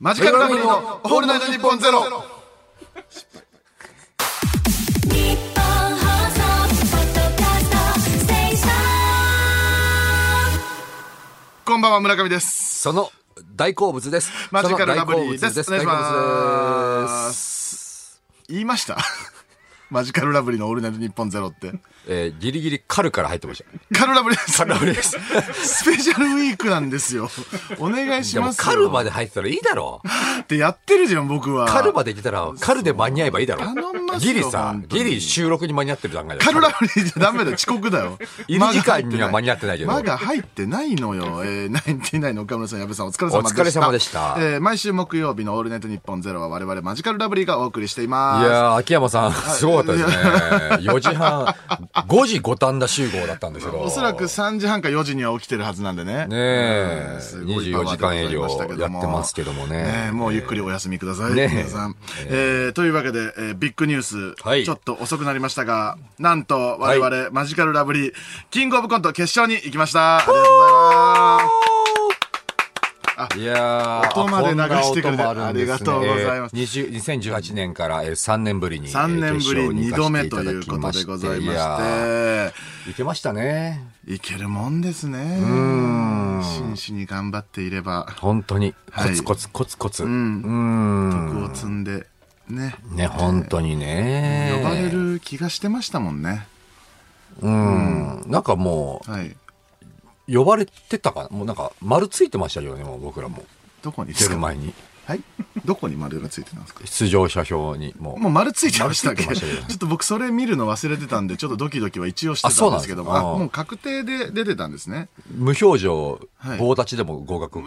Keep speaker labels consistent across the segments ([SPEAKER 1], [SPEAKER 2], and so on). [SPEAKER 1] マジカルラブリーのオールナイトニッポンゼロ。
[SPEAKER 2] 日本放送ポッドキャストステーション
[SPEAKER 1] こんばんは、村上です。
[SPEAKER 3] その大好物です。
[SPEAKER 1] マジカルラブリーです
[SPEAKER 3] その
[SPEAKER 1] お願い
[SPEAKER 3] 大好
[SPEAKER 1] し
[SPEAKER 3] 物
[SPEAKER 1] ま
[SPEAKER 3] です。
[SPEAKER 1] 言いました マジカルラブリーのオールナイトニッポンゼロ って。
[SPEAKER 3] えーギリギリカルから入ってました。
[SPEAKER 1] カルラブリーです。
[SPEAKER 3] カルラブリーです。
[SPEAKER 1] スペシャルウィークなんですよ。お願いし
[SPEAKER 3] でも
[SPEAKER 1] ま
[SPEAKER 3] う
[SPEAKER 1] すよ。
[SPEAKER 3] カルまで入ってたらいいだろう。
[SPEAKER 1] ってやってるじゃん、僕は。
[SPEAKER 3] カルまで来たらカルで間に合えばいいだろ
[SPEAKER 1] 頼みま
[SPEAKER 3] う。
[SPEAKER 1] すよ
[SPEAKER 3] ギリさ
[SPEAKER 1] 本、当に
[SPEAKER 3] ギリ収録に間に合ってる段階だよ
[SPEAKER 1] カルラブリーじゃダメだよ、遅刻だよ。
[SPEAKER 3] 入り時間には間に合ってないけど
[SPEAKER 1] 間が入ってないのよ。えー、ナインティナインの岡村さん、矢部さん、お疲れ様でした。
[SPEAKER 3] お疲れ様でした
[SPEAKER 1] えー、毎週木曜日のオールナイトニッポンゼロは我々マジカルラブリーがお送りしています。
[SPEAKER 3] いやー、秋山さん、すごかったですね。4時 半、5時五反田集合だったんですけど。
[SPEAKER 1] おそらく3時半か4時には起きてるはずなんでね。
[SPEAKER 3] ね
[SPEAKER 1] え
[SPEAKER 3] え
[SPEAKER 1] ー、すごいパ
[SPEAKER 3] 24
[SPEAKER 1] ワーでご
[SPEAKER 3] 時間
[SPEAKER 1] ざ
[SPEAKER 3] 営
[SPEAKER 1] い
[SPEAKER 3] 業
[SPEAKER 1] ましたけど
[SPEAKER 3] や
[SPEAKER 1] も
[SPEAKER 3] ってますけども
[SPEAKER 1] ねえ
[SPEAKER 3] ね。
[SPEAKER 1] もうゆっくりお休みください、
[SPEAKER 3] ねえ
[SPEAKER 1] 皆さん、えーというわけで、えービッグニュース、
[SPEAKER 3] はい
[SPEAKER 1] ちょっと遅くなりましたが、なんと我々、マジカルラブリー、キングオブコント決勝に行きました。ありがとうござい
[SPEAKER 3] いやー、
[SPEAKER 1] 音まで流してくれて
[SPEAKER 3] あこんな音もるんですね
[SPEAKER 1] ありがとうございます
[SPEAKER 3] えー20 2018年からえー3年ぶりに。
[SPEAKER 1] ます。3年ぶり
[SPEAKER 3] に
[SPEAKER 1] 2度目ということでございまして、
[SPEAKER 3] いけましたね。
[SPEAKER 1] いけるもんですね。真摯に頑張っていれば、
[SPEAKER 3] 本当に。コ
[SPEAKER 1] はい
[SPEAKER 3] ツコツコツコツ。
[SPEAKER 1] 徳を積んで、ね。
[SPEAKER 3] ね、本当にね。
[SPEAKER 1] 呼ばれる気がしてましたもんね。
[SPEAKER 3] うん。なんかも
[SPEAKER 1] はい。
[SPEAKER 3] う、呼ばれてたかなもうなんか、丸ついてましたよね、もう僕らも。
[SPEAKER 1] どこにです
[SPEAKER 3] 出
[SPEAKER 1] か
[SPEAKER 3] る前に。
[SPEAKER 1] はい。どこに丸がついてたんですか
[SPEAKER 3] 出場者表に、もう。
[SPEAKER 1] もう丸ついてましたっけ
[SPEAKER 3] 丸つ
[SPEAKER 1] ち
[SPEAKER 3] いてま
[SPEAKER 1] ょ
[SPEAKER 3] したよ
[SPEAKER 1] っと僕それ見るの忘れてたんで、ちょっとドキドキは一応して
[SPEAKER 3] あ
[SPEAKER 1] た
[SPEAKER 3] そうんな
[SPEAKER 1] で
[SPEAKER 3] んですす
[SPEAKER 1] け
[SPEAKER 3] か
[SPEAKER 1] ども、あ
[SPEAKER 3] あー
[SPEAKER 1] もう確定で出てたんですね。
[SPEAKER 3] 無表情、
[SPEAKER 1] はい
[SPEAKER 3] 棒立ちでも合格。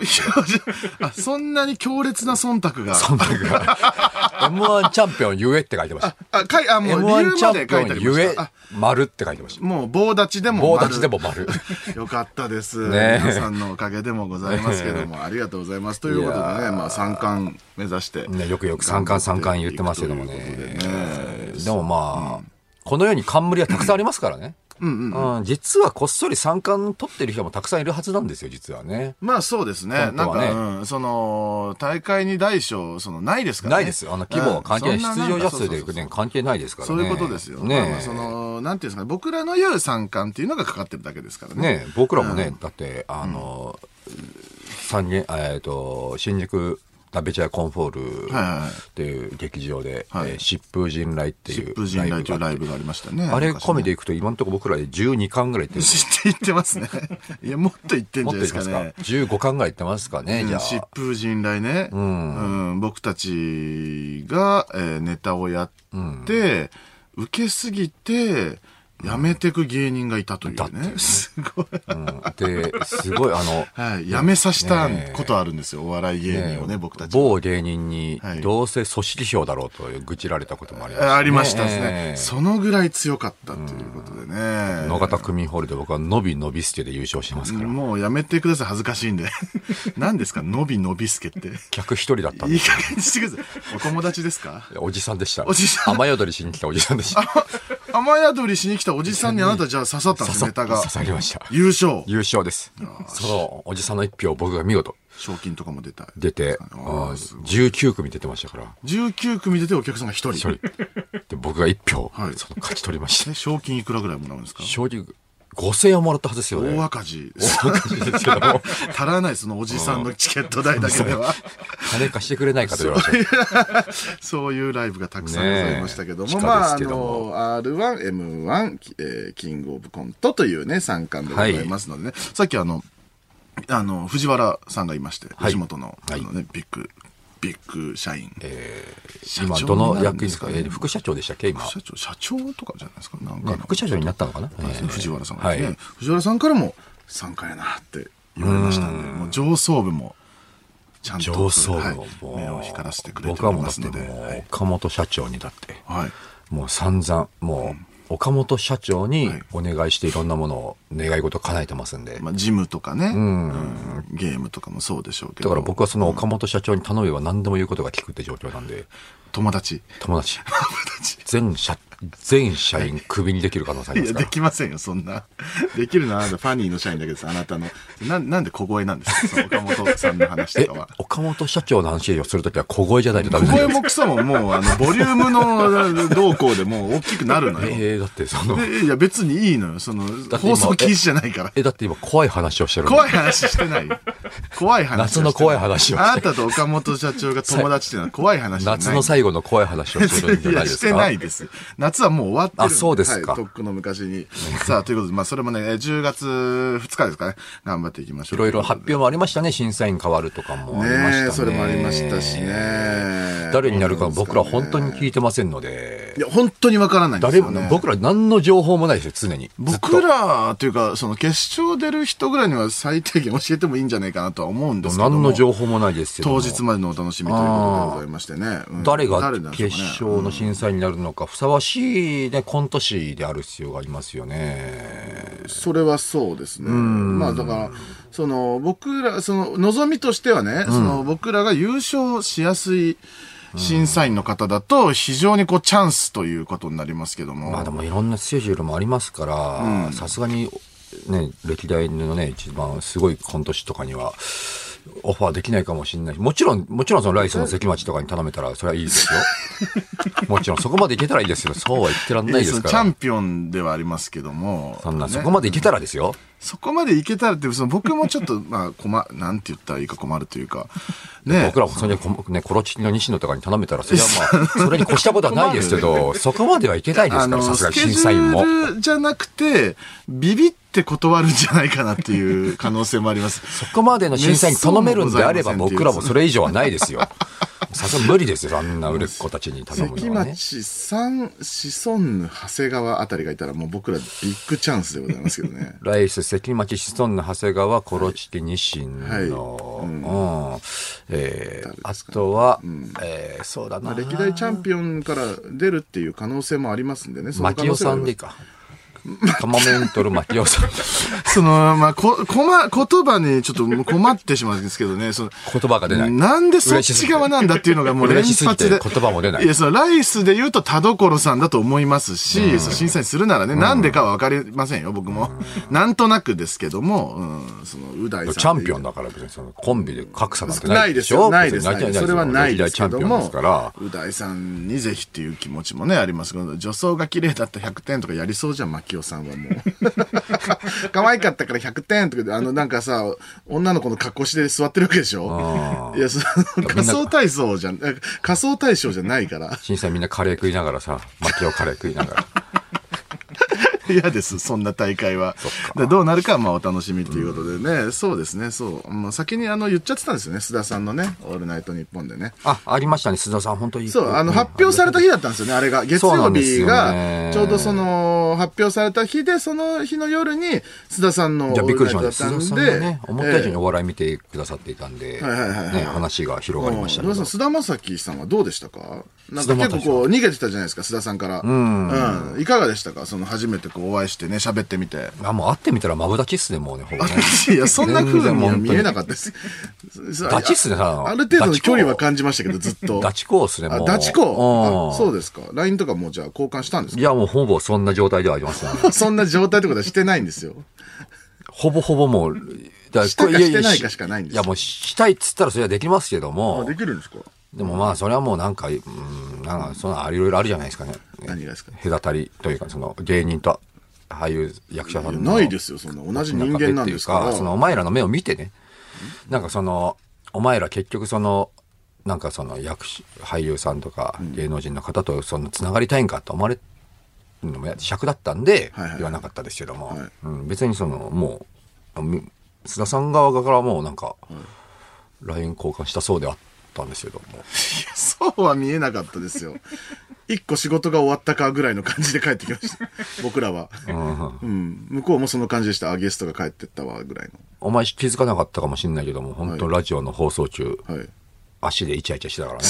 [SPEAKER 1] あ、そんなに強烈な忖度が。
[SPEAKER 3] そんなんが M1 チャンピオンゆえって書いてました。
[SPEAKER 1] あ、かい、あ、もう理
[SPEAKER 3] M1
[SPEAKER 1] 由
[SPEAKER 3] チ
[SPEAKER 1] ま
[SPEAKER 3] ャ
[SPEAKER 1] で
[SPEAKER 3] ンピ
[SPEAKER 1] 書い
[SPEAKER 3] オ
[SPEAKER 1] てあ
[SPEAKER 3] ン
[SPEAKER 1] りま
[SPEAKER 3] ゆえ
[SPEAKER 1] した。あ、、
[SPEAKER 3] 丸って書いてました。
[SPEAKER 1] もう棒立ちでも
[SPEAKER 3] 棒
[SPEAKER 1] 丸。
[SPEAKER 3] 立ちでも丸。
[SPEAKER 1] よかったです。
[SPEAKER 3] ねえ
[SPEAKER 1] 皆さんのおかげでもございますけども、ありがとうございます。ということで
[SPEAKER 3] いや
[SPEAKER 1] ね、
[SPEAKER 3] ー
[SPEAKER 1] まあ三冠目指して。
[SPEAKER 3] ね、よくよく三冠三冠言ってますけども
[SPEAKER 1] ということで
[SPEAKER 3] ね。
[SPEAKER 1] ね。
[SPEAKER 3] でもまあ、この世に冠はたくさんありますからね。うん実はこっそり三冠取ってる人もたくさんいるはずなんですよ、実はね。
[SPEAKER 1] まあそうですね。
[SPEAKER 3] 本
[SPEAKER 1] な
[SPEAKER 3] 当
[SPEAKER 1] ん
[SPEAKER 3] は
[SPEAKER 1] か、
[SPEAKER 3] ね
[SPEAKER 1] うん、その、大会に大小、その、ないですからね。
[SPEAKER 3] ないですよ。あの、規模は関係ない。
[SPEAKER 1] うんそん
[SPEAKER 3] 出
[SPEAKER 1] なん
[SPEAKER 3] 場
[SPEAKER 1] か
[SPEAKER 3] 者数でい
[SPEAKER 1] そう
[SPEAKER 3] く
[SPEAKER 1] そう
[SPEAKER 3] ね、関係ないですから
[SPEAKER 1] そ
[SPEAKER 3] ね。
[SPEAKER 1] うそういうことですよ。まあま
[SPEAKER 3] ね
[SPEAKER 1] あそ
[SPEAKER 3] え。
[SPEAKER 1] の、なんていうんですかね、僕らの言う三冠っていうのがかかってるだけですからね。
[SPEAKER 3] ねえ僕らもね、だって、あの、三軒、えっと、新宿ダベチャーコンフォール
[SPEAKER 1] はいはいはい
[SPEAKER 3] っていう劇場で、え
[SPEAKER 1] はい
[SPEAKER 3] ー疾風陣雷っていう
[SPEAKER 1] 疾風陣雷という
[SPEAKER 3] があ
[SPEAKER 1] ライ
[SPEAKER 3] って
[SPEAKER 1] ブがありましたね。
[SPEAKER 3] あれ
[SPEAKER 1] 昔ね
[SPEAKER 3] 込みでいくと今のところ僕らで12巻ぐらい行っ てる。
[SPEAKER 1] 知って言ってます ね。いや、もっと言ってんじ
[SPEAKER 3] も
[SPEAKER 1] ゃ
[SPEAKER 3] っ
[SPEAKER 1] ない
[SPEAKER 3] とい
[SPEAKER 1] で
[SPEAKER 3] き
[SPEAKER 1] す
[SPEAKER 3] ま
[SPEAKER 1] か
[SPEAKER 3] すか
[SPEAKER 1] ね。
[SPEAKER 3] ?15 巻ぐらい行ってますかね、
[SPEAKER 1] うん
[SPEAKER 3] じゃあ。
[SPEAKER 1] 疾風陣雷ね、うん僕たちが、えーネタをやって、受けすぎて、やめてく芸人がいたという
[SPEAKER 3] だって
[SPEAKER 1] ね。すごい。
[SPEAKER 3] で、すごい、あの、
[SPEAKER 1] はい。やめさせた
[SPEAKER 3] ねえ
[SPEAKER 1] ことあるんですよ。お笑い 芸人をね、
[SPEAKER 3] え
[SPEAKER 1] 僕たちは。
[SPEAKER 3] 某芸人に
[SPEAKER 1] はい、
[SPEAKER 3] どうせ組織票だろうと愚痴られたこともありました、
[SPEAKER 1] あありましたですね
[SPEAKER 3] え。え
[SPEAKER 1] そのぐらい強かったということでね。
[SPEAKER 3] 野方組ホールで僕はのびのびすけで優勝してますから。
[SPEAKER 1] もうやめてください。恥ずかしいんで。 何ですかのびのびすけって。
[SPEAKER 3] 客一人だったん
[SPEAKER 1] い
[SPEAKER 3] で
[SPEAKER 1] い加減にしてください。お友達ですか
[SPEAKER 3] おじさんでした。
[SPEAKER 1] おじさん
[SPEAKER 3] 雨宿りしに来たおじさんでした。
[SPEAKER 1] 雨宿りしに来たおじさんにあなたじゃあ刺さったんです、ネタが
[SPEAKER 3] 刺。さりました。
[SPEAKER 1] 優勝。
[SPEAKER 3] 優勝です。そのおじさんの一票を僕が見事
[SPEAKER 1] 賞金とかも出た。
[SPEAKER 3] 出て、あ
[SPEAKER 1] あー
[SPEAKER 3] ー19組出てましたから、
[SPEAKER 1] 19組出てお客さんが1人。
[SPEAKER 3] 一人。で、僕が一票、
[SPEAKER 1] はい
[SPEAKER 3] その勝ち取りました
[SPEAKER 1] え。賞金いくらぐらいもらうんですか
[SPEAKER 3] 正直、5000円をもらったはずですよね。
[SPEAKER 1] 大赤字。
[SPEAKER 3] 大赤字ですけども、
[SPEAKER 1] 足らない、そのおじさんのチケット代だけで は。
[SPEAKER 3] 金貸してくれないかと 言われて。
[SPEAKER 1] そういうライブがたくさんございましたけども、
[SPEAKER 3] ねえ
[SPEAKER 1] まあ、あ
[SPEAKER 3] 地下ですけども
[SPEAKER 1] の、R1、M1、きえーキングオブコントというね、三冠でございますのでね、さっきあの、あの、藤原さんがいまして、
[SPEAKER 3] はい
[SPEAKER 1] 吉本の、あのね、ビッグ、ビッグ社員。社長
[SPEAKER 3] 今、どの
[SPEAKER 1] になるん
[SPEAKER 3] 役員
[SPEAKER 1] で
[SPEAKER 3] ですす
[SPEAKER 1] か
[SPEAKER 3] か、
[SPEAKER 1] ね
[SPEAKER 3] えー副社長でしたっけ、今。
[SPEAKER 1] 社長、社長とかじゃないですか、なんかの。
[SPEAKER 3] ね副社長になったのかなえー
[SPEAKER 1] 藤原さんがですね、
[SPEAKER 3] はい
[SPEAKER 1] 藤原さんからも3回やなって言われましたんで、もう上層部も、ちゃんと、
[SPEAKER 3] 上層部
[SPEAKER 1] はい
[SPEAKER 3] もう
[SPEAKER 1] 目を光らせてくれて
[SPEAKER 3] 僕
[SPEAKER 1] お
[SPEAKER 3] は
[SPEAKER 1] り
[SPEAKER 3] もう
[SPEAKER 1] ま
[SPEAKER 3] だっ
[SPEAKER 1] す
[SPEAKER 3] て
[SPEAKER 1] の
[SPEAKER 3] も
[SPEAKER 1] で、は
[SPEAKER 3] う
[SPEAKER 1] い。
[SPEAKER 3] 岡本社長にだって
[SPEAKER 1] はい
[SPEAKER 3] もう散々もう岡本社長にお願いしていろんなものを願い事叶えてますんで、
[SPEAKER 1] まあ、ジムとかね、うんゲームとかもそうでしょうけど、
[SPEAKER 3] だから僕はその岡本社長に頼めば何でも言うことが聞くって状況なんで
[SPEAKER 1] 友達。
[SPEAKER 3] 友達
[SPEAKER 1] 友達。
[SPEAKER 3] 全社全社員クビにできる可能性あり
[SPEAKER 1] い
[SPEAKER 3] ま
[SPEAKER 1] や、
[SPEAKER 3] すか
[SPEAKER 1] で
[SPEAKER 3] ら。
[SPEAKER 1] きませんよ、そんな。できるのはあなた、ファニーの社員だけです、あなたの。ななんで小声なんですか、その岡本さんの話
[SPEAKER 3] え
[SPEAKER 1] とかは。、
[SPEAKER 3] 岡本社長の話をするときは小声じゃないとダメ
[SPEAKER 1] 小
[SPEAKER 3] だ
[SPEAKER 1] 声
[SPEAKER 3] よ。
[SPEAKER 1] もクソももう、あの、ボリュームの動向でもう大きくなるのよ。
[SPEAKER 3] えー、だってその、
[SPEAKER 1] でいや、別にいいのよ、その、
[SPEAKER 3] 今
[SPEAKER 1] 放送禁止じゃないから。
[SPEAKER 3] え、だって今怖い話をしてるの
[SPEAKER 1] 怖い話してないよ。怖い話はして
[SPEAKER 3] 夏の怖い話をして
[SPEAKER 1] あなたと岡本社長が友達っていうのは怖い話じゃない。
[SPEAKER 3] 夏の最後の怖い話をしてるんじゃ
[SPEAKER 1] い
[SPEAKER 3] な
[SPEAKER 1] や、
[SPEAKER 3] いで
[SPEAKER 1] し
[SPEAKER 3] す
[SPEAKER 1] て
[SPEAKER 3] か
[SPEAKER 1] ないです。夏はもう終わってるん。
[SPEAKER 3] あそうです
[SPEAKER 1] は
[SPEAKER 3] か
[SPEAKER 1] いとっくの昔に。さあ、ということで、まあ、それもね、えー10月2日ですかね。頑張っていきましょう。
[SPEAKER 3] いろいろ発表もありましたね。審査員変わるとかもありましたね。
[SPEAKER 1] ねえ、それもありましたしね。
[SPEAKER 3] 誰になるか僕ら本当に聞
[SPEAKER 1] い
[SPEAKER 3] いてませんので。
[SPEAKER 1] や、本当にわからないんです
[SPEAKER 3] 誰
[SPEAKER 1] よ、
[SPEAKER 3] も、
[SPEAKER 1] ね。
[SPEAKER 3] 僕ら何の情報もないですよ、常に。ずっと
[SPEAKER 1] 僕らというか、その決勝出る人ぐらいには最低限教えてもいいんじゃないかなとは思うんですけども。
[SPEAKER 3] 何の情報もないですけども。
[SPEAKER 1] 当日までのお楽しみということでございましてね。うん
[SPEAKER 3] 誰が
[SPEAKER 1] なんでしょう
[SPEAKER 3] 決
[SPEAKER 1] かね
[SPEAKER 3] 勝の審査員になるのか、ふさわしいね、コント師である必要がありますよね。
[SPEAKER 1] それはそうですね。まあだから、その僕ら、その望みとしてはね、その僕らが優勝しやすい審査員の方だと非常にこうチャンスということになりますけども。
[SPEAKER 3] まあでもいろんなスケジュールもありますから、さすがに、ね、歴代のね、一番すごいコント師とかには、オファーできないかもしれないし、もちろん、もちろんそのライスの関町とかに頼めたら、それはいいです よ。もちろん、そこまでいけたらいいですよ。そうは言ってらんないで
[SPEAKER 1] そ
[SPEAKER 3] す
[SPEAKER 1] の
[SPEAKER 3] か
[SPEAKER 1] チャ
[SPEAKER 3] ら。
[SPEAKER 1] ンピオンではありますけども。
[SPEAKER 3] そんな、
[SPEAKER 1] ね
[SPEAKER 3] そこまでいけたらですよ。
[SPEAKER 1] そこまでいけたらって、その僕もちょっと、 まあ、困、なんて言ったらいいか困るというか。ね。
[SPEAKER 3] 僕らもそれにこ、ね、コロチキの西野とかに頼めたら、それは まあ、それに越したことはないですけど、そこまではいけないですから、さすがに審査員も
[SPEAKER 1] スケ。ジュールじゃなくて、ビビって断るんじゃないかなっていう可能性もあります。
[SPEAKER 3] そこまでの審査員頼めるんであれば、
[SPEAKER 1] めっそうもございませんっていう
[SPEAKER 3] 僕らもそれ以上はな いですよ。さすがに無理ですよ、あんな売れっ子たちに頼む
[SPEAKER 1] 関
[SPEAKER 3] のはね。。
[SPEAKER 1] 町さん、シソンヌ、長谷川あたりがいたら、もう僕らビッグチャンスでございますけどね
[SPEAKER 3] ライス、関町、シソンヌ、長谷川、コロチキ、西野、
[SPEAKER 1] はい
[SPEAKER 3] うんえーあとは、えーそうだ
[SPEAKER 1] ま
[SPEAKER 3] な
[SPEAKER 1] あ、。 歴代チャンピオンから出るっていう可能性もありますんでね、その
[SPEAKER 3] マ
[SPEAKER 1] 可
[SPEAKER 3] キオ
[SPEAKER 1] 能性は
[SPEAKER 3] さ
[SPEAKER 1] あり
[SPEAKER 3] ん
[SPEAKER 1] ま
[SPEAKER 3] ですいい か。カモメントル、マキオさん。
[SPEAKER 1] その、まあ、こ、こま、 言葉にちょっと困ってしまうんですけどね、その、
[SPEAKER 3] 言葉が 出ない。
[SPEAKER 1] なんでそっち側なんだっていうのがもう連
[SPEAKER 3] 嬉しすぎ
[SPEAKER 1] 発
[SPEAKER 3] て
[SPEAKER 1] で。
[SPEAKER 3] 言葉も出ない
[SPEAKER 1] いや、そのライスで言うと田所さんだと思いますし、その審査員するならね、な、んでかはわかりませんよ、僕も。 なんとなくですけども、うん、その、う大さん。
[SPEAKER 3] チャンピオンだから別にそのコンビで格差なんて
[SPEAKER 1] な
[SPEAKER 3] ないい
[SPEAKER 1] で
[SPEAKER 3] ですし
[SPEAKER 1] よ。
[SPEAKER 3] ょ
[SPEAKER 1] ないです。
[SPEAKER 3] 別に
[SPEAKER 1] それはないですけ
[SPEAKER 3] 歴代チャン
[SPEAKER 1] ど
[SPEAKER 3] ピオンで
[SPEAKER 1] も
[SPEAKER 3] すから、。
[SPEAKER 1] う大さんにぜひっていう気持ちもね、ありますけど、女装が綺麗だった100点とかやりそうじゃん、マキオさんはもう。 可愛かったから100点とかで、あの、なんかさ、女の子の格好して座ってるわけでしょいや、その、仮装体操じゃん、仮装大賞じゃない から。
[SPEAKER 3] 審査員みんなカレー食いながらさ、マキオカレー食いながら。
[SPEAKER 1] 嫌です、そんな大会は。でどうなるかはまあお楽しみということでね、そうですね、そう。もう先にあの、言っちゃってたんですよね、須田さんのね、オールナイトニッポンでね。
[SPEAKER 3] あ、ありましたね、須田さん、本当に。
[SPEAKER 1] そう、あの、発表された日だったんですよね、あれが。月
[SPEAKER 3] そうな
[SPEAKER 1] 曜
[SPEAKER 3] んです
[SPEAKER 1] 日
[SPEAKER 3] よ
[SPEAKER 1] が
[SPEAKER 3] ね、
[SPEAKER 1] ちょうどその、発表された日で、その日の夜に、須田さんのオ
[SPEAKER 3] いや、
[SPEAKER 1] ー
[SPEAKER 3] びっ
[SPEAKER 1] ル
[SPEAKER 3] くり
[SPEAKER 1] ナイ
[SPEAKER 3] しま
[SPEAKER 1] トだっ
[SPEAKER 3] した。
[SPEAKER 1] た
[SPEAKER 3] 須
[SPEAKER 1] ん
[SPEAKER 3] 田
[SPEAKER 1] で、
[SPEAKER 3] さんがね、思った以上に
[SPEAKER 1] ええ
[SPEAKER 3] お笑い見てくださっていたんで、ね、
[SPEAKER 1] はいはいはいはい
[SPEAKER 3] 話が広がりました
[SPEAKER 1] うん
[SPEAKER 3] け
[SPEAKER 1] どう
[SPEAKER 3] ど
[SPEAKER 1] ですか須田将暉さんはどうでしたかなんか
[SPEAKER 3] 須田
[SPEAKER 1] 結構
[SPEAKER 3] 将暉
[SPEAKER 1] こう逃げてたじゃないですか、須田さんから。うん。いかがでしたかその初めてこうお会いしてね、喋ってみて。
[SPEAKER 3] あ、もう会ってみたらマブダチっすね、もうね、ほぼね。
[SPEAKER 1] いや、そんな風
[SPEAKER 3] 全然
[SPEAKER 1] に
[SPEAKER 3] 本
[SPEAKER 1] は
[SPEAKER 3] 当に
[SPEAKER 1] 見えなかったです。 そう
[SPEAKER 3] ダチっすね
[SPEAKER 1] あ
[SPEAKER 3] あの
[SPEAKER 1] ある程度の
[SPEAKER 3] ダチ公
[SPEAKER 1] 距離は感じましたけど、ずっと。
[SPEAKER 3] ダチコーっすね、も
[SPEAKER 1] あ
[SPEAKER 3] う。
[SPEAKER 1] ダチ公あ
[SPEAKER 3] うん
[SPEAKER 1] そうですか。LINE とかもうじゃあ交換したんです
[SPEAKER 3] い
[SPEAKER 1] か
[SPEAKER 3] や、もうほぼそんな状態ではあ りますね。
[SPEAKER 1] そんな状態ってことはしてないんですよ。
[SPEAKER 3] ほぼほぼもう、だ
[SPEAKER 1] したか
[SPEAKER 3] これや
[SPEAKER 1] して
[SPEAKER 3] や
[SPEAKER 1] ないかしかないんです
[SPEAKER 3] いや、もうしたいっつったらそれはできますけども。
[SPEAKER 1] できるんですか
[SPEAKER 3] でもまあ、それはもうなんか、うん、なんか、そんないろいろあるじゃないですかね。
[SPEAKER 1] 何がですか
[SPEAKER 3] 隔たりというか、その芸人と、俳優、役者さ
[SPEAKER 1] いや
[SPEAKER 3] んの。
[SPEAKER 1] ないですよ、そんな。同じ人間なんですか
[SPEAKER 3] 中でっていう
[SPEAKER 1] ら。
[SPEAKER 3] その、お前らの目を見てね。なんかその、お前ら結局その、なんかその役し、俳優さんとか芸能人の方とその繋がりたいんかと思われるのもや尺だったんで
[SPEAKER 1] はいはい、
[SPEAKER 3] 言わなかったですけども、
[SPEAKER 1] はい
[SPEAKER 3] うん、別にその、もう、み須田さん側からもうなんか、LINE 交換したそうであったんですけども。
[SPEAKER 1] そうは見えなかったですよ。一個仕事が終わったかぐらいの感じで帰ってきました。 僕らは。うん。向こうもその感じでした。あ、ゲストが帰ってったわ、ぐらい
[SPEAKER 3] お前気づかなかったかもしれないけども、本当ラジオの放送中、
[SPEAKER 1] の。はい。
[SPEAKER 3] 足でイチャイチャして たからね。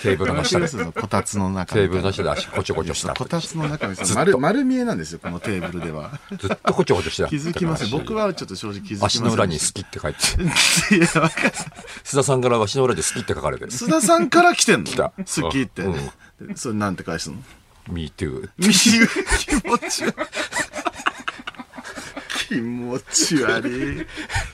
[SPEAKER 3] テーブルの下で、テ
[SPEAKER 1] こたつの中
[SPEAKER 3] ーブルの下で足こちょこちょした。
[SPEAKER 1] たつの中にさ、丸、丸見えなんですよ、このテーブルで は。
[SPEAKER 3] ずっとこちょこちょしてた。
[SPEAKER 1] 気づきません。僕
[SPEAKER 3] は。
[SPEAKER 1] はちょっと正直気づきません。
[SPEAKER 3] 足の裏に好きって書いて、
[SPEAKER 1] いや、わかんない
[SPEAKER 3] 須田さんから 足の裏で好きって書かれてる。
[SPEAKER 1] 須田さんから来てんの
[SPEAKER 3] た
[SPEAKER 1] 好きって
[SPEAKER 3] う。
[SPEAKER 1] それなんて返すの
[SPEAKER 3] Me too。
[SPEAKER 1] みゆ気持ち悪い。気持ち悪い。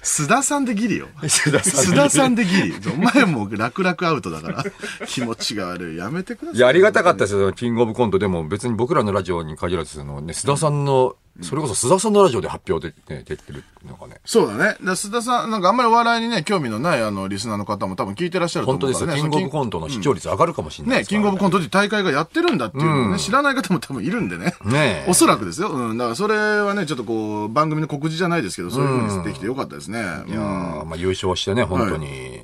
[SPEAKER 1] 須田さんでギリよ。
[SPEAKER 3] 須田さん
[SPEAKER 1] 須田さんでギリ。お前もう楽々アウトだから。気持ちが悪い。やめてください。
[SPEAKER 3] いや、ありがたかったですよ。キングオブコントでも別に僕らのラジオに限らず、そのね、須田さんの、それこそ須田さんのラジオで発表で、ね、出てるのがね。
[SPEAKER 1] そうだね。だから須田さん、なんかあんまりお笑いにね、興味のないあの、リスナーの方も多分聞いてらっしゃると
[SPEAKER 3] 本
[SPEAKER 1] 思
[SPEAKER 3] 当
[SPEAKER 1] う
[SPEAKER 3] で
[SPEAKER 1] か
[SPEAKER 3] す
[SPEAKER 1] ら
[SPEAKER 3] よ。
[SPEAKER 1] ね。
[SPEAKER 3] キングオブ
[SPEAKER 1] ン
[SPEAKER 3] コントの視聴率上がるかもしれ
[SPEAKER 1] ト。
[SPEAKER 3] ない
[SPEAKER 1] ね、
[SPEAKER 3] ですか
[SPEAKER 1] キ
[SPEAKER 3] ら
[SPEAKER 1] ングオブコントっていう大会がやってるんだっていうのをね、知らない方も多分いるんでね。
[SPEAKER 3] ねえ
[SPEAKER 1] おそらくですよ。うん。だからそれはね、ちょっとこう、番組の告示じゃないですけど、そういうふうにできてよかったですね。
[SPEAKER 3] いやーまあ優勝してね、本当に、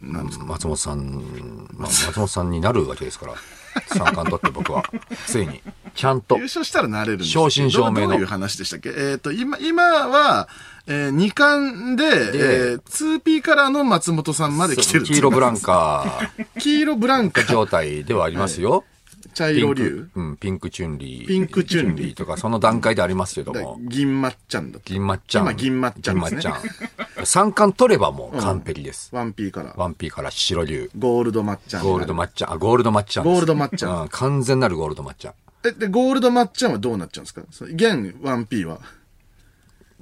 [SPEAKER 3] 松本さん、まあ松本さんになるわけで すから、三冠取って僕は、ついに、ちゃんと
[SPEAKER 1] 優。勝したらなれるんです
[SPEAKER 3] 正真正銘
[SPEAKER 1] ど
[SPEAKER 3] の
[SPEAKER 1] うどういう話でしたっけえっ、と、今、今は、えー、2巻で、えー、2P からの松本さんまで来てる
[SPEAKER 3] 黄色ブラン
[SPEAKER 1] カ。
[SPEAKER 3] カ
[SPEAKER 1] 黄色ブランカ
[SPEAKER 3] ー、状態ではありますよ。
[SPEAKER 1] 茶
[SPEAKER 3] ピ
[SPEAKER 1] 色
[SPEAKER 3] ン
[SPEAKER 1] 竜
[SPEAKER 3] ク。、うん、ピンクチュンリー。
[SPEAKER 1] ピンクチュンリー
[SPEAKER 3] とか、その段階でありますけど
[SPEAKER 1] だ
[SPEAKER 3] も。
[SPEAKER 1] 銀まっちゃんだって。
[SPEAKER 3] 銀まっちゃん。
[SPEAKER 1] 今銀まっちゃんですね
[SPEAKER 3] 銀まっちゃん三冠取ればもう完璧です。
[SPEAKER 1] 1P から。
[SPEAKER 3] ワンピーから白竜。
[SPEAKER 1] ゴールドまっちゃん。
[SPEAKER 3] ゴールドまっちゃん。あ、ゴールドまっちゃんです。
[SPEAKER 1] ゴールドまっちゃん
[SPEAKER 3] うん、完全なるゴールドまっちゃん。
[SPEAKER 1] え、で、ゴールドまっちゃんはどうなっちゃうんですかその現 1P は。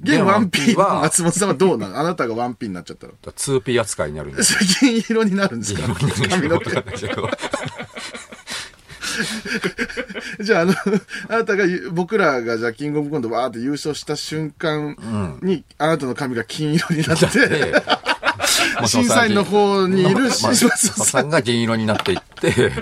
[SPEAKER 1] 現
[SPEAKER 3] 現
[SPEAKER 1] 1P は
[SPEAKER 3] は
[SPEAKER 1] 松本さんはどうな のあなたが 1P になっちゃったら。
[SPEAKER 3] 2P 扱いになるんです
[SPEAKER 1] それ銀色になるん ですか髪の 毛。 じゃあ、あの、あなたが、僕らが、じゃあ、キングオブコントわーって優勝した瞬間に、あなたの髪が金色になって、審査員の方にいる
[SPEAKER 3] 島
[SPEAKER 1] 島
[SPEAKER 3] 田
[SPEAKER 1] 田
[SPEAKER 3] さ
[SPEAKER 1] さ
[SPEAKER 3] んが銀色になっていって、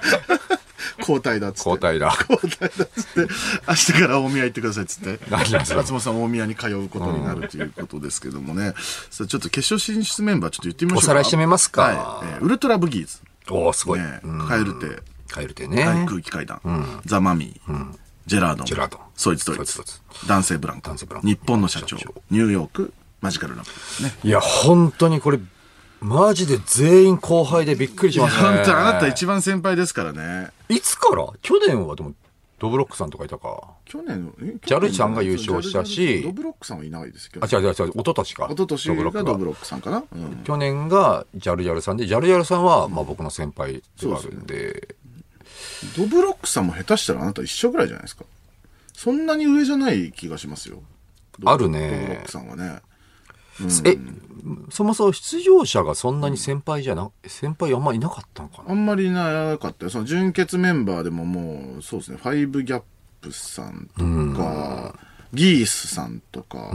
[SPEAKER 1] 交代だっつって。
[SPEAKER 3] 交代だ。
[SPEAKER 1] 交代だっつって、明日から大宮行ってくださいっつって、
[SPEAKER 3] なりますよ
[SPEAKER 1] 松本さん大宮に通うことになるということですけどもね、さあちょっと決勝進出メンバーちょっと言ってみましょうか。
[SPEAKER 3] おさらいしてみますか
[SPEAKER 1] はいえーウルトラブギーズ、
[SPEAKER 3] おおすごい。
[SPEAKER 1] ね
[SPEAKER 3] うん
[SPEAKER 1] カエルテ、
[SPEAKER 3] カエルテね。
[SPEAKER 1] 大空気階段、ザ・マミィ、ジェラードン、
[SPEAKER 3] ジェラードン
[SPEAKER 1] ソイツドイツ
[SPEAKER 3] ソイツド、
[SPEAKER 1] 男性ブランコ
[SPEAKER 3] 男性ブラン、コ
[SPEAKER 1] 日本の社長
[SPEAKER 3] 日本の社、
[SPEAKER 1] ニューヨーク、マジカルラブリーね。
[SPEAKER 3] いや、本当にこれ、マジで全員後輩でびっくりしましたね。
[SPEAKER 1] 本当あなた一番先輩ですからね。
[SPEAKER 3] いつから去年はでも、ドブロックさんとかいたか。
[SPEAKER 1] 去年、え
[SPEAKER 3] ジャルさんが優勝したし
[SPEAKER 1] ジャルジャルドブロックさんはいないですけど
[SPEAKER 3] あ、、違う違う違う、一昨年か。
[SPEAKER 1] 一昨年
[SPEAKER 3] ドブロッ
[SPEAKER 1] が
[SPEAKER 3] ク
[SPEAKER 1] ドブロックさんかな。うん
[SPEAKER 3] 去年がジャルジャルさんで、ジャルジャルさんは、まあ僕の先輩ではあるんで、
[SPEAKER 1] ドブロックさんも下手したらあなた一緒ぐらいじゃないですか。そんなに上じゃない気がしますよ。
[SPEAKER 3] ある
[SPEAKER 1] ドブロッ
[SPEAKER 3] ね
[SPEAKER 1] ク。さんはね。
[SPEAKER 3] え、そもそも出場者がそんなに先輩じゃな、先輩あんまいなかったのかな
[SPEAKER 1] あんまりいなかったよ。その純潔メンバーでももう、そうですね、ファイブギャップさんとか、ギースさんとか、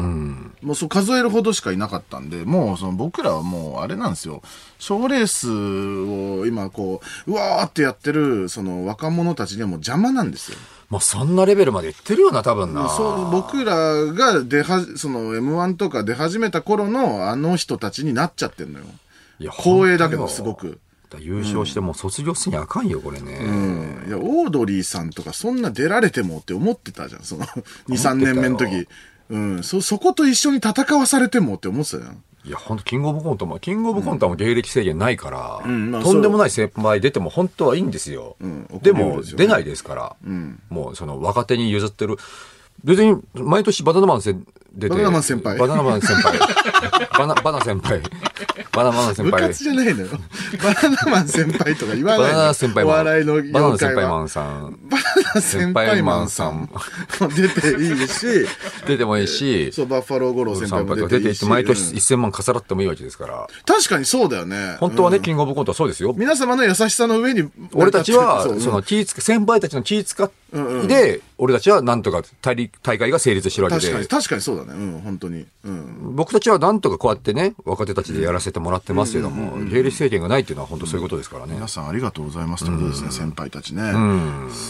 [SPEAKER 1] もうそう数えるほどしかいなかったんで、もうその僕らはもうあれなんですよ、賞ーレースを今こう、うわーってやってるその若者たちにはもう邪魔なんですよ。
[SPEAKER 3] まあそんなレベルまでいってるよな、多分な。
[SPEAKER 1] そう僕らが出はじ、その M1 とか出始めた頃のあの人たちになっちゃってんのよ。
[SPEAKER 3] いや
[SPEAKER 1] 光栄だけど、すご。
[SPEAKER 3] 本
[SPEAKER 1] く。
[SPEAKER 3] 当よ優勝してもう卒業すにあかんよ、これね。
[SPEAKER 1] うんいや、オードリーさんとかそんな出られてもって思ってたじゃん、その2、3年目の時。うん、そ、そこと一緒に戦わされてもって思ってたじゃん。
[SPEAKER 3] いや、本当キングオブコントも、キングオブコントはもう芸歴制限ないから、
[SPEAKER 1] んまあ
[SPEAKER 3] とんでもない先輩出ても本当はいいんですよ。
[SPEAKER 1] ん
[SPEAKER 3] で
[SPEAKER 1] 怒り
[SPEAKER 3] も、
[SPEAKER 1] ですよね
[SPEAKER 3] 出ないですから、もうその若手に譲ってる。別に、毎年バナナマンせ出て
[SPEAKER 1] バナナマン先輩
[SPEAKER 3] バナナマン先 輩。バナ、バナ先輩。バナナマン先
[SPEAKER 1] 部
[SPEAKER 3] 輩。
[SPEAKER 1] 活じゃないのよ。 バナナマン先輩とか言わ
[SPEAKER 3] バ
[SPEAKER 1] ないの
[SPEAKER 3] ナナ先輩
[SPEAKER 1] お
[SPEAKER 3] マン。
[SPEAKER 1] 笑いの
[SPEAKER 3] バナナ
[SPEAKER 1] 業
[SPEAKER 3] 先
[SPEAKER 1] 界
[SPEAKER 3] 輩マ
[SPEAKER 1] は。
[SPEAKER 3] ンさん。
[SPEAKER 1] バナナ先輩マンさんも出ていいし、
[SPEAKER 3] 出てもいいし、
[SPEAKER 1] そう、バッファロー五郎先輩も
[SPEAKER 3] 出
[SPEAKER 1] 出
[SPEAKER 3] て
[SPEAKER 1] て
[SPEAKER 3] い
[SPEAKER 1] いい
[SPEAKER 3] って
[SPEAKER 1] し。
[SPEAKER 3] 毎年
[SPEAKER 1] うん
[SPEAKER 3] 1000万かさらってもいいわけですから。
[SPEAKER 1] 確かにそうだよね。
[SPEAKER 3] 本当はね、
[SPEAKER 1] うん
[SPEAKER 3] キングオブコントはそうですよ。
[SPEAKER 1] 皆様の優しさの上に、
[SPEAKER 3] 俺たちは
[SPEAKER 1] そ、う
[SPEAKER 3] その気使、先輩たちの気使っ
[SPEAKER 1] んうん
[SPEAKER 3] で、俺たちはなんとか大陸大会が成立してるわけ
[SPEAKER 1] 確かに、
[SPEAKER 3] で、
[SPEAKER 1] 確かにそうだね。うん、本当に。うん。
[SPEAKER 3] 僕たちはなんとかこうやってね、若手たちでやらせてもらってますけども、芸歴制限がないっていうのは本当そういうことですからね。
[SPEAKER 1] 皆さんありがとうございますということですね、先輩たちね。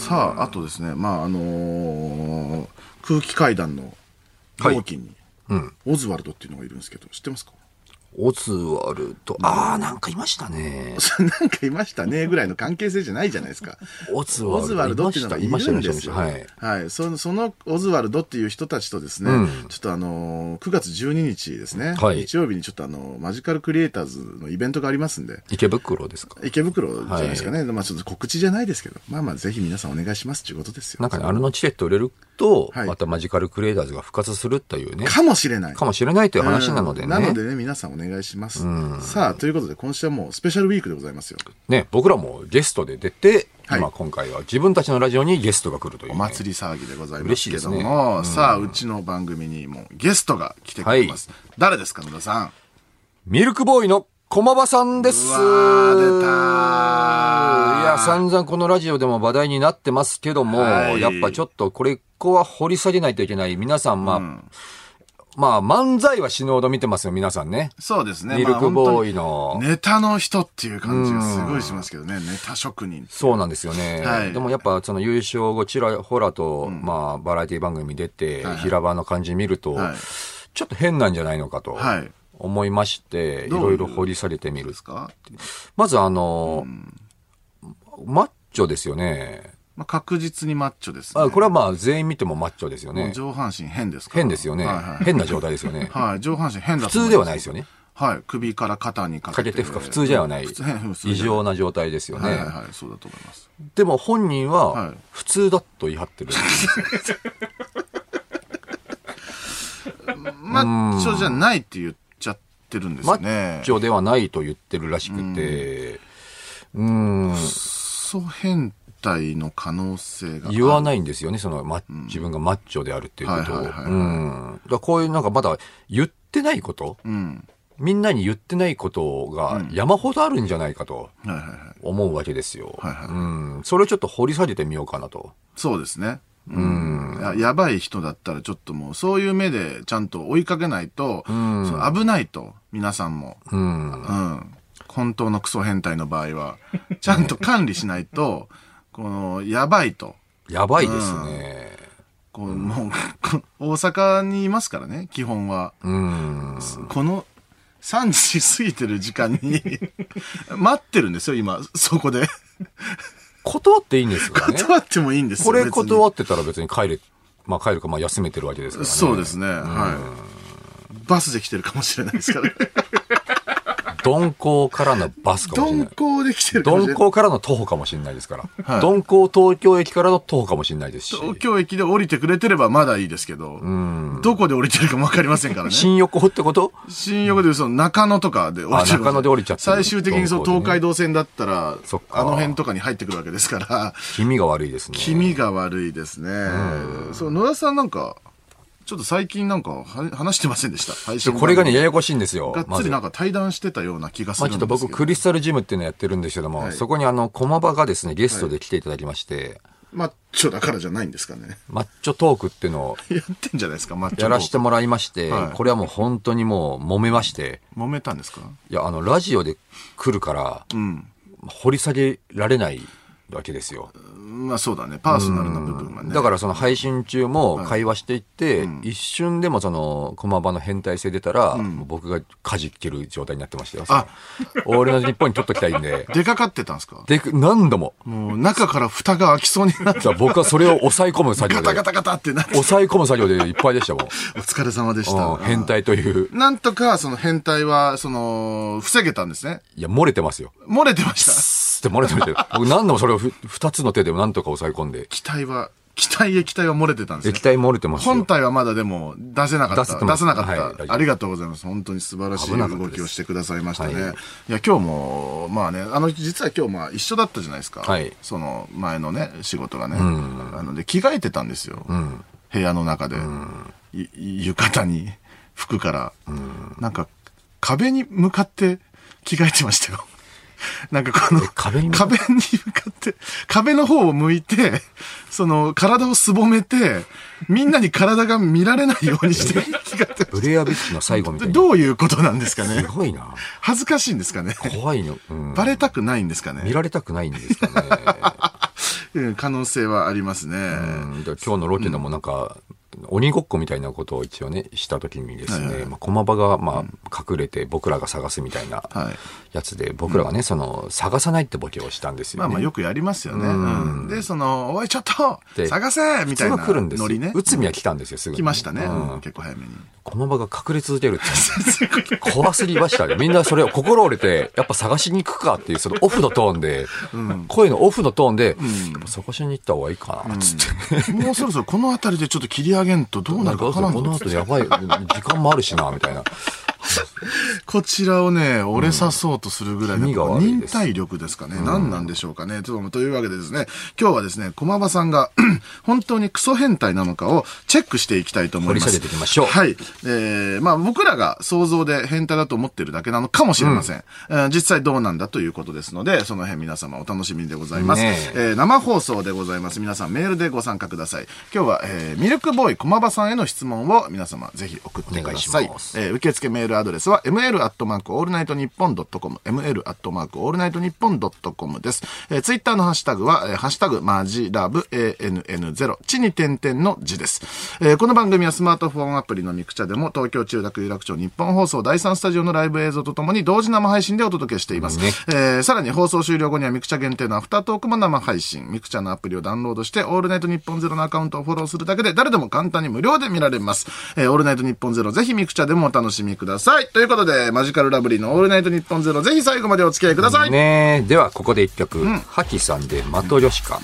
[SPEAKER 1] さあ、あとですね、まあ、あのー空気階段の同期に、オズワルドっていうのがいるんですけど、知ってますか
[SPEAKER 3] オズワルド、あーなんかいましたね。
[SPEAKER 1] なんかいましたね、ぐらいの関係性じゃないじゃないですか。
[SPEAKER 3] オズ
[SPEAKER 1] オズワ
[SPEAKER 3] ワ
[SPEAKER 1] ル
[SPEAKER 3] ル
[SPEAKER 1] ド
[SPEAKER 3] ド、
[SPEAKER 1] っていうのがい
[SPEAKER 3] いました、
[SPEAKER 1] る
[SPEAKER 3] い
[SPEAKER 1] ん
[SPEAKER 3] まし
[SPEAKER 1] で
[SPEAKER 3] た、いま
[SPEAKER 1] す
[SPEAKER 3] した。
[SPEAKER 1] よ。
[SPEAKER 3] は
[SPEAKER 1] はい
[SPEAKER 3] い。。
[SPEAKER 1] その、そのオズワルドっていう人たちとですね、ちょっとあのー、9月12日ですね、
[SPEAKER 3] はい
[SPEAKER 1] 日曜日にちょっとあのー、マジカルクリエイターズのイベントがありますんで、
[SPEAKER 3] 池袋ですか。
[SPEAKER 1] 池袋じゃないですかね。まあちょっと告知じゃないですけど、まあまあぜひ皆さんお願いしますっていうことですよ。
[SPEAKER 3] なんかね、あれのチケット売れると、
[SPEAKER 1] はい
[SPEAKER 3] またマジカルクリエイターズが復活するというね、
[SPEAKER 1] かもしれない。
[SPEAKER 3] かもしれないという話なので
[SPEAKER 1] う
[SPEAKER 3] ね。
[SPEAKER 1] んなのでね、皆さんお願いします。さあ、ということで、今週はもうスペシャルウィークでございますよ。
[SPEAKER 3] ね、僕らもゲストで出て、
[SPEAKER 1] はい
[SPEAKER 3] まあ今回は自分たちのラジオにゲストが来るという、
[SPEAKER 1] お
[SPEAKER 3] ね。
[SPEAKER 1] 祭り騒ぎでございま
[SPEAKER 3] 嬉し
[SPEAKER 1] す
[SPEAKER 3] い
[SPEAKER 1] け
[SPEAKER 3] です
[SPEAKER 1] ど
[SPEAKER 3] ね
[SPEAKER 1] も、さあ、うちの番組にもゲストが来てくれます。誰ですか、野田さん。
[SPEAKER 3] ミルクボーイの駒場さんです。
[SPEAKER 1] うわー出たー
[SPEAKER 3] いや、散々このラジオでも話題になってますけども、
[SPEAKER 1] はい
[SPEAKER 3] やっぱちょっとこれ、ここは掘り下げないといけない。皆さん、まあ、まあ、漫才は死ぬほど見てますよ、皆さんね。
[SPEAKER 1] そうですね。
[SPEAKER 3] ミルクボーイ
[SPEAKER 1] まあ
[SPEAKER 3] の
[SPEAKER 1] 本当にネタの人っていう感じがすごいしますけどね。ネタ職人。
[SPEAKER 3] そうなんですよね。
[SPEAKER 1] はい
[SPEAKER 3] でもやっぱその優勝後ちらほらと、まあバラエティ番組出て、平場の感じ見ると、
[SPEAKER 1] はい
[SPEAKER 3] ちょっと変なんじゃないのかと
[SPEAKER 1] はい
[SPEAKER 3] 思いまして、い
[SPEAKER 1] どういう
[SPEAKER 3] ろいろ掘り下げてみる
[SPEAKER 1] で。すか、
[SPEAKER 3] まずあの、マッチョですよね。
[SPEAKER 1] まあ、確実にマッチョですね。
[SPEAKER 3] あこれはまあ全員見てもマッチョですよ
[SPEAKER 1] もう
[SPEAKER 3] ね。
[SPEAKER 1] 上半身変ですから
[SPEAKER 3] 変ですよね
[SPEAKER 1] はいは。い
[SPEAKER 3] 変な状態ですよね。
[SPEAKER 1] はい、上半身変だ
[SPEAKER 3] 普通ではない
[SPEAKER 1] い。
[SPEAKER 3] ですよね。
[SPEAKER 1] はい、首から肩にか
[SPEAKER 3] か
[SPEAKER 1] けて。
[SPEAKER 3] けて負荷、普通じゃない
[SPEAKER 1] 普通変普通じゃない
[SPEAKER 3] 異常な状態ですよ
[SPEAKER 1] はい
[SPEAKER 3] ね
[SPEAKER 1] はい。はい、そうだと思います。
[SPEAKER 3] でも本人
[SPEAKER 1] は
[SPEAKER 3] はい普通だと言い張ってる。
[SPEAKER 1] マッチョじゃないって言っちゃってるんです
[SPEAKER 3] マ
[SPEAKER 1] ね。
[SPEAKER 3] ッチョではないと言ってるらしくて、うん、
[SPEAKER 1] ソ変態の可能性がある。
[SPEAKER 3] 言わないんですよね、その、ま、自分がマッチョであるっていうことを。う
[SPEAKER 1] はい
[SPEAKER 3] ん。だ
[SPEAKER 1] はいはいはい
[SPEAKER 3] からこういうなんかまだ言ってないこと、
[SPEAKER 1] うん。
[SPEAKER 3] みんなに言ってないことが山ほどあるんじゃないかと
[SPEAKER 1] はいはいはい。
[SPEAKER 3] 思うわけですよ。
[SPEAKER 1] はいはい
[SPEAKER 3] うん。それをちょっと掘り下げてみようかなと。
[SPEAKER 1] そうですね。うんや。やばい人だったらちょっともう、そういう目でちゃんと追いかけないと、その危ないと、皆さんも。
[SPEAKER 3] うん。
[SPEAKER 1] うん。本当のクソ変態の場合は、 ちゃんと管理しないと、この、やばいと。
[SPEAKER 3] やばいですね。
[SPEAKER 1] こう、もう、こ大阪にいますからね、基本は。
[SPEAKER 3] うん。
[SPEAKER 1] この、3時過ぎてる時間に、 待ってるんですよ、今、そこで。
[SPEAKER 3] 断っていいんですからね。
[SPEAKER 1] 断ってもいいんですよ。
[SPEAKER 3] こ
[SPEAKER 1] 別
[SPEAKER 3] れ
[SPEAKER 1] に
[SPEAKER 3] 断ってたら別に帰れ、まあ帰るかまあ休めてるわけですからね。
[SPEAKER 1] そうですね、はい。バスで来てるかもしれないです から。
[SPEAKER 3] 鈍行からのバスかもしれな
[SPEAKER 1] 鈍
[SPEAKER 3] い。
[SPEAKER 1] 行で来てるかもしれ
[SPEAKER 3] 鈍
[SPEAKER 1] ない。
[SPEAKER 3] 行からの徒歩かもしれないですから。
[SPEAKER 1] はい
[SPEAKER 3] 鈍行東京駅からの徒歩かもしれないですし。
[SPEAKER 1] 東京駅で降りてくれてればまだいいですけど、どこで降りてるかもわかりませんからね。
[SPEAKER 3] 新横浜ってこと
[SPEAKER 1] 新横でいうその中野とかで降りて
[SPEAKER 3] あ中野で降りちゃってる
[SPEAKER 1] 最終的にその東海道線だったら、
[SPEAKER 3] そっか
[SPEAKER 1] あの辺とかに入ってくるわけですから、
[SPEAKER 3] 気味が悪いですね。
[SPEAKER 1] 気味が悪いですね。そう野田さんなんか、ちょっと最近なんかは話してませんでした。配信
[SPEAKER 3] これがね、ややこしいんですよ。
[SPEAKER 1] がっ
[SPEAKER 3] ま
[SPEAKER 1] つ
[SPEAKER 3] ず
[SPEAKER 1] りなんか対談してたような気がす
[SPEAKER 3] ま
[SPEAKER 1] る
[SPEAKER 3] あ
[SPEAKER 1] ん
[SPEAKER 3] ち
[SPEAKER 1] で
[SPEAKER 3] ょっ
[SPEAKER 1] す
[SPEAKER 3] と
[SPEAKER 1] けど。
[SPEAKER 3] 僕、クリスタルジムっていうのやってるんですけども、
[SPEAKER 1] はい
[SPEAKER 3] そこにあの、駒場がですね、ゲストで来ていただきまして、
[SPEAKER 1] マッチョだからじゃないんですかね。
[SPEAKER 3] マッチョトークっていうのを
[SPEAKER 1] やってんじゃないですか、マッチョ。
[SPEAKER 3] やらせてもらいまして、
[SPEAKER 1] はい
[SPEAKER 3] これはもう本当にもう揉めまして、
[SPEAKER 1] 揉めたんですか
[SPEAKER 3] いや、あの、ラジオで来るから、
[SPEAKER 1] うん。
[SPEAKER 3] 掘り下げられないわけですよ。
[SPEAKER 1] まあそうだね。パーソナルな部分はね。
[SPEAKER 3] だからその配信中も会話していって、一瞬でもその駒場の変態性出たら、もう僕がかじける状態になってましたよ。
[SPEAKER 1] あ
[SPEAKER 3] 俺の日本に取っときたいんで。
[SPEAKER 1] でかかってたんですか
[SPEAKER 3] で、何度も。
[SPEAKER 1] もう中から蓋が開きそうに なって、
[SPEAKER 3] さあ僕はそれを抑え込む作
[SPEAKER 1] ガ
[SPEAKER 3] 業
[SPEAKER 1] タガ
[SPEAKER 3] で。
[SPEAKER 1] タガタってなって、
[SPEAKER 3] 抑え込む作業でいっぱいでしたもん。
[SPEAKER 1] お疲れ様でし
[SPEAKER 3] う
[SPEAKER 1] た
[SPEAKER 3] ん。変態という。
[SPEAKER 1] なんとか、その変態は、その、防げたんですね。
[SPEAKER 3] いや、漏れてますよ。
[SPEAKER 1] 漏れてまし
[SPEAKER 3] プ
[SPEAKER 1] た。
[SPEAKER 3] スって漏れてましたよ。 僕何度もそれをふ二つの手で何とか抑え込んで。
[SPEAKER 1] 気体は、気体液体は漏れてたんですね
[SPEAKER 3] 液。体漏れてますよ。
[SPEAKER 1] 本体はまだでも出せなかっ
[SPEAKER 3] 出せ
[SPEAKER 1] た。出
[SPEAKER 3] てます
[SPEAKER 1] せなか
[SPEAKER 3] はい
[SPEAKER 1] っ
[SPEAKER 3] 大丈
[SPEAKER 1] た。
[SPEAKER 3] 夫
[SPEAKER 1] ありがとうございます。本当に素晴らしい
[SPEAKER 3] 危なかった
[SPEAKER 1] 動
[SPEAKER 3] です
[SPEAKER 1] きをしてくださいましたね。い
[SPEAKER 3] は
[SPEAKER 1] や、
[SPEAKER 3] い
[SPEAKER 1] 今日も、まあね、あの、実は今日まあ一緒だったじゃないですか。
[SPEAKER 3] はい
[SPEAKER 1] その前のね、仕事がね。なので、着替えてたんですよ。部屋の中で。いい浴衣に、服から。なんか、壁に向かって着替えてましたよ。 なんかこの
[SPEAKER 3] え壁に向かっ
[SPEAKER 1] 壁に向かって、壁の方を向いて、 その、体をすぼめて、みんなに体が見られないようにして、気 が
[SPEAKER 3] ブレアビッチの最後みたいな。
[SPEAKER 1] どういうことなんですか
[SPEAKER 3] す
[SPEAKER 1] ね
[SPEAKER 3] ごいな。
[SPEAKER 1] 恥ずかしいんですかね
[SPEAKER 3] 怖いの。うん
[SPEAKER 1] バレたくないんですか
[SPEAKER 3] 見
[SPEAKER 1] ね
[SPEAKER 3] られたくないんですかね。
[SPEAKER 1] うん可能性はありますね。
[SPEAKER 3] うん、だから今日のロケでもなんか、鬼ごっこみたいなことを一応ね、した時にですね、
[SPEAKER 1] はいはい
[SPEAKER 3] まあ、駒場が、まあ、隠れて僕らが探すみたいな
[SPEAKER 1] はい
[SPEAKER 3] やつで、僕らがね、その、探さないってボケをしたんですよ、ね。
[SPEAKER 1] まあまあよくやりますよね。うんで、その、おい、ちょっと
[SPEAKER 3] で
[SPEAKER 1] 探せみたいな
[SPEAKER 3] 普通は来るんですよ。
[SPEAKER 1] ノリね。
[SPEAKER 3] 内海は来たんですよ、すぐに。
[SPEAKER 1] 来ましたね。
[SPEAKER 3] うん
[SPEAKER 1] うん結構早めに。
[SPEAKER 3] 駒場が隠れ続けるって。怖すぎましたね。みんなそれを心折れて、やっぱ探しに行くかっていう、そのオフのトーンで、声のオフのトーンで、やっぱ探しに行った方がいいかな、つって。
[SPEAKER 1] もうそろそろこの辺りでちょっと切り上げんとどうな
[SPEAKER 3] なん
[SPEAKER 1] る
[SPEAKER 3] か
[SPEAKER 1] かわからん
[SPEAKER 3] こ
[SPEAKER 1] ぞ
[SPEAKER 3] の後やばい、時間もあるしな、みたいな。
[SPEAKER 1] こちらをね、折れさそうとするぐらいの、
[SPEAKER 3] う
[SPEAKER 1] こう
[SPEAKER 3] ん意味が悪い
[SPEAKER 1] 忍
[SPEAKER 3] です
[SPEAKER 1] 耐力ですかね。何なんでしょうかね。ちょっとというわけでですね、今日はですね、駒場さんが 本当にクソ変態なのかをチェックしていきたいと思います。
[SPEAKER 3] 掘り下げていきましょう
[SPEAKER 1] はい。えー、まあ僕らが想像で変態だと思ってるだけなのかもしれません。えー実際どうなんだということですので、その辺皆様お楽しみでございます。
[SPEAKER 3] ね
[SPEAKER 1] えー生放送でございます。皆さんメールでご参加ください。今日は、えーミルクボーイ駒場さんへの質問を皆様ぜひ送ってくださ
[SPEAKER 3] お願いします
[SPEAKER 1] えー受付メールアドレスは ml アットマークオールナイトニッポンドットコム ml アットマークオールナイトニッポンドットコムです。えー、ツイッターのハッシュタグは、えーハッシュタグマジラブ ANN0 地に点々の字です、えーこの番組はスマートフォンアプリのミクチャでも東京中楽有楽町日本放送第3スタジオのライブ映像とともに同時生配信でお届けしています。
[SPEAKER 3] ね
[SPEAKER 1] えーさらに放送終了後にはミクチャ限定のアフタートークも生配信。ミクチャのアプリをダウンロードして、オールナイトニッポンゼロのアカウントをフォローするだけで誰でも簡単に無料で見られます。えーオールナイトニッポンゼロぜひミクチャでもお楽しみください。ということで、マジカルラブリーのオールナイトニッポンゼロぜひ最後までお付き合いください。
[SPEAKER 3] ねえではここで一曲、ハキさんで「マトリョシカ」